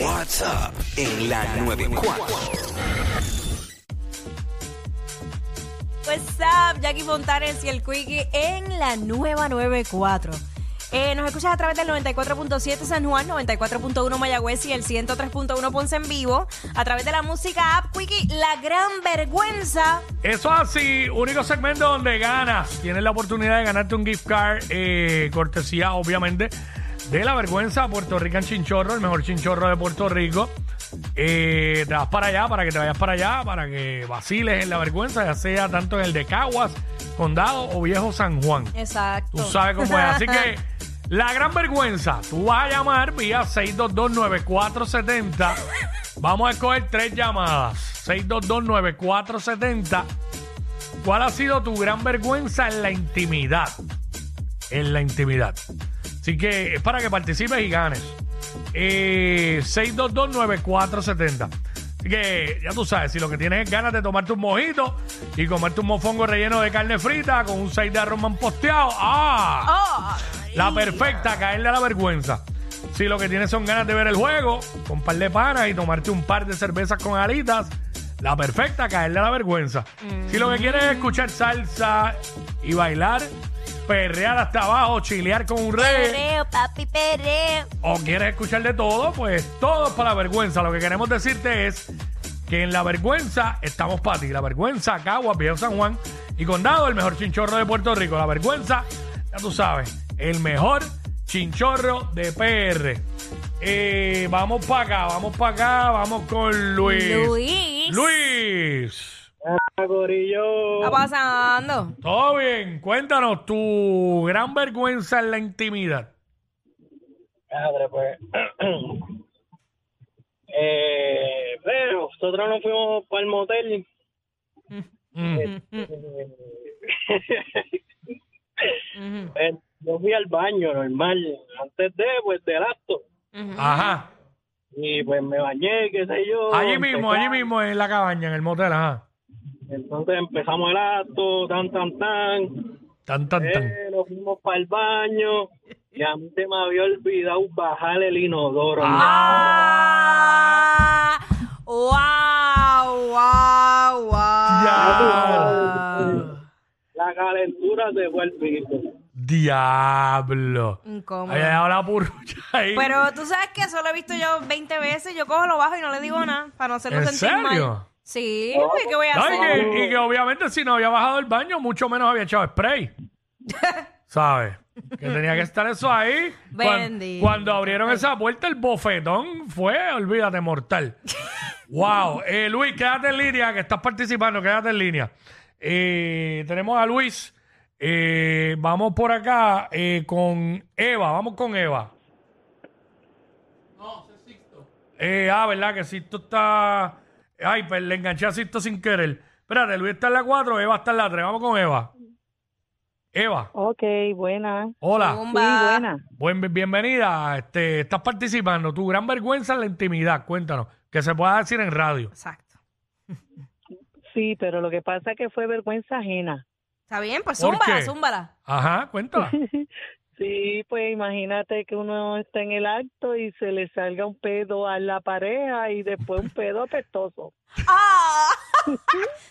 What's up en la 94. What's up, Jackie Fontanes y el Quickie en la nueva 94. Eh, nos escuchas a través del 94.7 San Juan, 94.1 Mayagüez y el 103.1 Ponce en vivo. A través de la música app Quickie, la gran vergüenza. Eso así, único segmento donde ganas. Tienes la oportunidad de ganarte un gift card, eh, cortesía, obviamente, de la vergüenza Puerto Rican Chinchorro, el mejor chinchorro de Puerto Rico. Eh, te vas para allá, para que te vayas para allá, para que vaciles en la vergüenza, ya sea tanto en el de Caguas, Condado o Viejo San Juan. Exacto. Tú sabes cómo es. Así que la gran vergüenza, tú vas a llamar vía 6229470. Vamos a escoger tres llamadas. 6229470. ¿Cuál ha sido tu gran vergüenza en la intimidad? En la intimidad. Así que es para que participes y ganes. Eh, 6229470. Así que ya tú sabes, si lo que tienes es ganas de tomarte un mojito y comerte un mofongo relleno de carne frita con un 6 de arroz posteado, Oh, ¡ah! La y- perfecta, caerle a la vergüenza. Si lo que tienes son ganas de ver el juego, con un par de panas y tomarte un par de cervezas con alitas, la perfecta, caerle a la vergüenza. Si lo que quieres es escuchar salsa y bailar, perrear hasta abajo, chilear con un rey, Perreo, papi, perreo. o quieres escuchar de todo, pues todo es para la vergüenza. Lo que queremos decirte es que en la vergüenza estamos para ti. La vergüenza, Caguas, Viejo San Juan y Condado, el mejor chinchorro de Puerto Rico. La vergüenza, ya tú sabes, el mejor chinchorro de PR. Eh, vamos para acá, vamos para acá, vamos con Luis. Luis. Luis. ¿Qué está pasando? Todo bien, cuéntanos tu gran vergüenza en la intimidad. Madre, pues. eh, bueno, nosotros nos fuimos para el motel. Mm. Ujú, Eh, yo fui al baño normal, antes de, pues, del acto. ujú. Ajá. Y pues me bañé, qué sé yo. Allí mismo, allí empezamos- mismo en la cabaña, en el motel, ajá. Entonces empezamos el acto, tan, tan, tan. Tan, tan, tan. Eh, nos fuimos para el baño. Y a mí se me había olvidado bajar el inodoro. Eh, Ah, wow, wow, wow. La calentura se fue al piso. Diablo. Incómodo. Ahí dejado la purrucha ahí. Pero tú sabes que eso lo he visto yo 20 veces. Yo cojo, lo bajo y no le digo nada para no hacerlo Mm. ¿En sentir mal. serio? Sí, pues, ¿qué voy a No, y, hacer? que, y que obviamente si no había bajado el baño, mucho menos había echado spray. ¿Sabes? Que tenía que estar eso ahí. Cuan- Bendito. Cuando, abrieron esa puerta, el bofetón fue, olvídate, mortal. wow. Eh, Luis, quédate en línea, que estás participando, quédate en línea. Eh, tenemos a Luis. Eh, vamos por acá eh, con Eva, vamos con Eva. Eh, ah, ¿verdad? Que Sisto está. Ay, pues le enganché a Sisto sin querer. Espérate, Luis está en la 4, Eva está en la 3. Vamos con Eva. Eva, Ok, buena. hola. Sí, Zumba. buena. Buen, bienvenida. Este, estás participando. Tu gran vergüenza en la intimidad. Cuéntanos. Que se pueda decir en radio. Exacto. Sí, pero lo que pasa es que fue vergüenza ajena. Está bien, pues ¿Por zúmbala, qué? zúmbala. Ajá, cuéntala. Sí, pues imagínate que uno está en el acto y se le salga un pedo a la pareja y después un pedo apestoso. ¡Ah!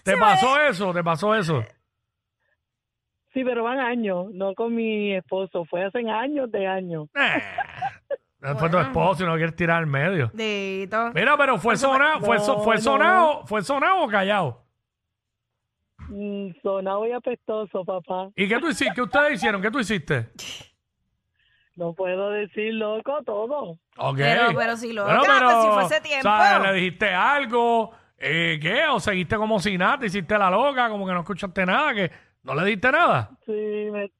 ¿Te pasó eso? ¿Te pasó eso? Sí, pero van años, no con mi esposo, fue hace años de años. Eh, Fue tu esposo y no quieres tirar al medio. Dito. Mira, pero fue sonado, fue, so- fue No, no. sonado, fue sonado o callado. Mm, sonado y apestoso, papá. ¿Y qué tú hiciste? ¿Qué ustedes hicieron? ¿Qué tú hiciste? No puedo decir loco todo. Ok. Pero- pero si lo- Bueno, Ah, pues si fue hace tiempo. ¿sabes? ¿Le dijiste algo? Eh, ¿Qué? ¿O seguiste como si nada? ¿Te hiciste la loca? Como que no escuchaste nada, que no le diste nada. Sí, me-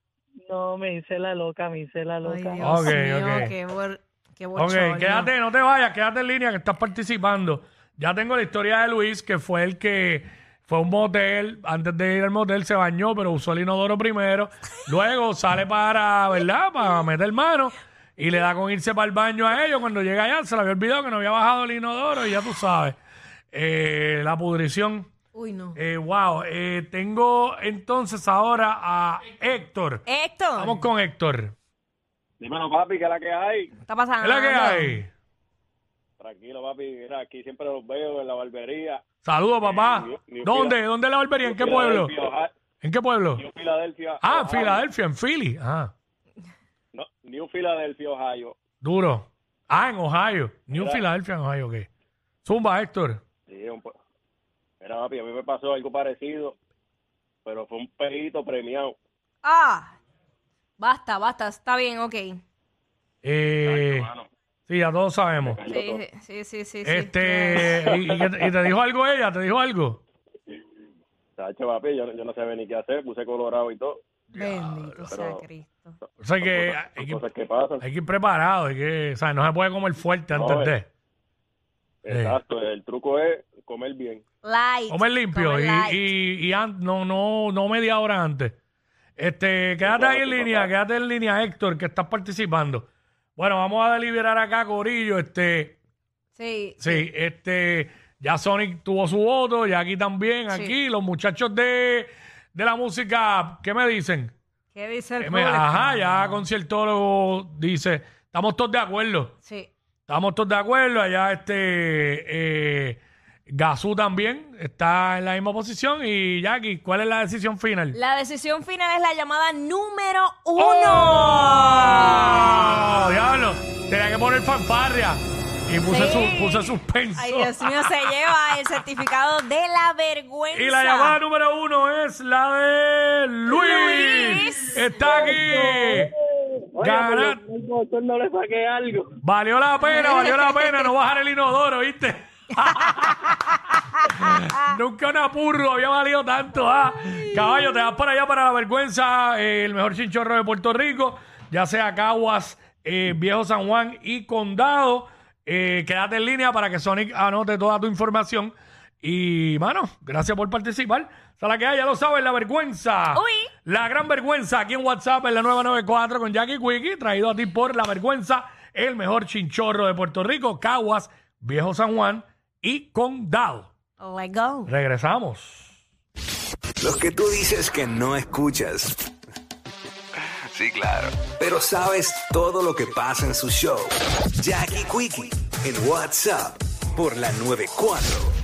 no, me hice la loca, me hice la Ay, loca. Dios Ok, mío, ok. qué, bor- Qué Ok, bochorno. quédate, no te vayas, quédate en línea que estás participando. Ya tengo la historia de Luis, que fue el que fue a un motel, antes de ir al motel se bañó, pero usó el inodoro primero. Luego sale para, ¿verdad? Para meter mano y le da con irse para el baño a ellos. Cuando llega allá se le había olvidado que no había bajado el inodoro y ya tú sabes. Eh, la pudrición. Uy, no. Eh, wow, eh, tengo entonces ahora a Héctor. Héctor, Vamos con Héctor. Dímelo, papi, que la que hay. ¿qué está pasando? ¿Es la que hay? Tranquilo, papi. Mira, aquí siempre los veo en la barbería. Saludos, papá. New- New ¿Dónde? Fila- ¿Dónde es la barbería? ¿En qué pueblo? Filadelfia, Ohio- ¿En qué pueblo? New Philadelphia. Ah, Ohio. Filadelfia, en Philly. Ah, No, New Philadelphia, Ohio. duro. Ah, en Ohio. New Philadelphia, en Ohio, ok. Zumba, Héctor. Sí, un po- Mira, papi, a mí me pasó algo parecido, pero fue un pedito premiado. Ah, basta, basta, está bien, ok. Sí, Eh, Mano, sí, ya todos sabemos. me cayó todo. sí, sí, sí. sí. Este, y, y que te- y te dijo algo ella? ¿Te dijo algo? Tacho, papi, yo, yo no sabía ni qué hacer, puse colorado y todo. Bendito sea Cristo. O sea que Cosas- hay cosas que, que pasan. hay que ir preparado, hay que, o sea, no se puede comer fuerte No, antes de. eh. Exacto, el truco es comer bien. Light. Comer limpio Comer y, light. y- y an- no, no, no media hora antes. Este, quédate ahí en línea, quédate en línea, Héctor, que estás participando. Bueno, vamos a deliberar acá, Corillo. Este, Sí. sí, este, ya Sonic tuvo su voto, ya aquí también, Sí. aquí, los muchachos de, de la música, ¿qué me dicen? ¿Qué dice el ¿Qué me- público? Eh, ajá, ya conciertólogo dice, estamos todos de acuerdo. Sí. Estamos todos de acuerdo. Allá este eh, Gazú también está en la misma posición. Y Jackie, ¿cuál es la decisión final? La decisión final es la llamada número uno. ¡Oh! ¡Diablo! Tenía que poner fanfarria. Y puse, Sí. su, puse suspenso. Ay, Dios mío, se lleva el certificado de la vergüenza. Y la llamada número uno es la de Luis. Luis. Está aquí. Gana- no le saqué algo. Valió la pena, valió la pena no bajar el inodoro, ¿viste? Nunca un apurro había valido tanto. ¿ah? Caballo, te vas para allá para la vergüenza, eh, el mejor chinchorro de Puerto Rico, ya sea Caguas, eh, Viejo San Juan y Condado. Eh, quédate en línea para que Sonic anote toda tu información. Y, mano, gracias por participar. Esa es la que hay, ya lo sabes, la vergüenza. Uy. La gran vergüenza aquí en WhatsApp en la 994 con Jackie Quickie, traído a ti por La Vergüenza, el mejor chinchorro de Puerto Rico, Caguas, Viejo San Juan y Condado. Let's go. Regresamos. Los que tú dices que no escuchas. Sí, claro. Pero sabes todo lo que pasa en su show. Jackie Quickie en WhatsApp por la 94.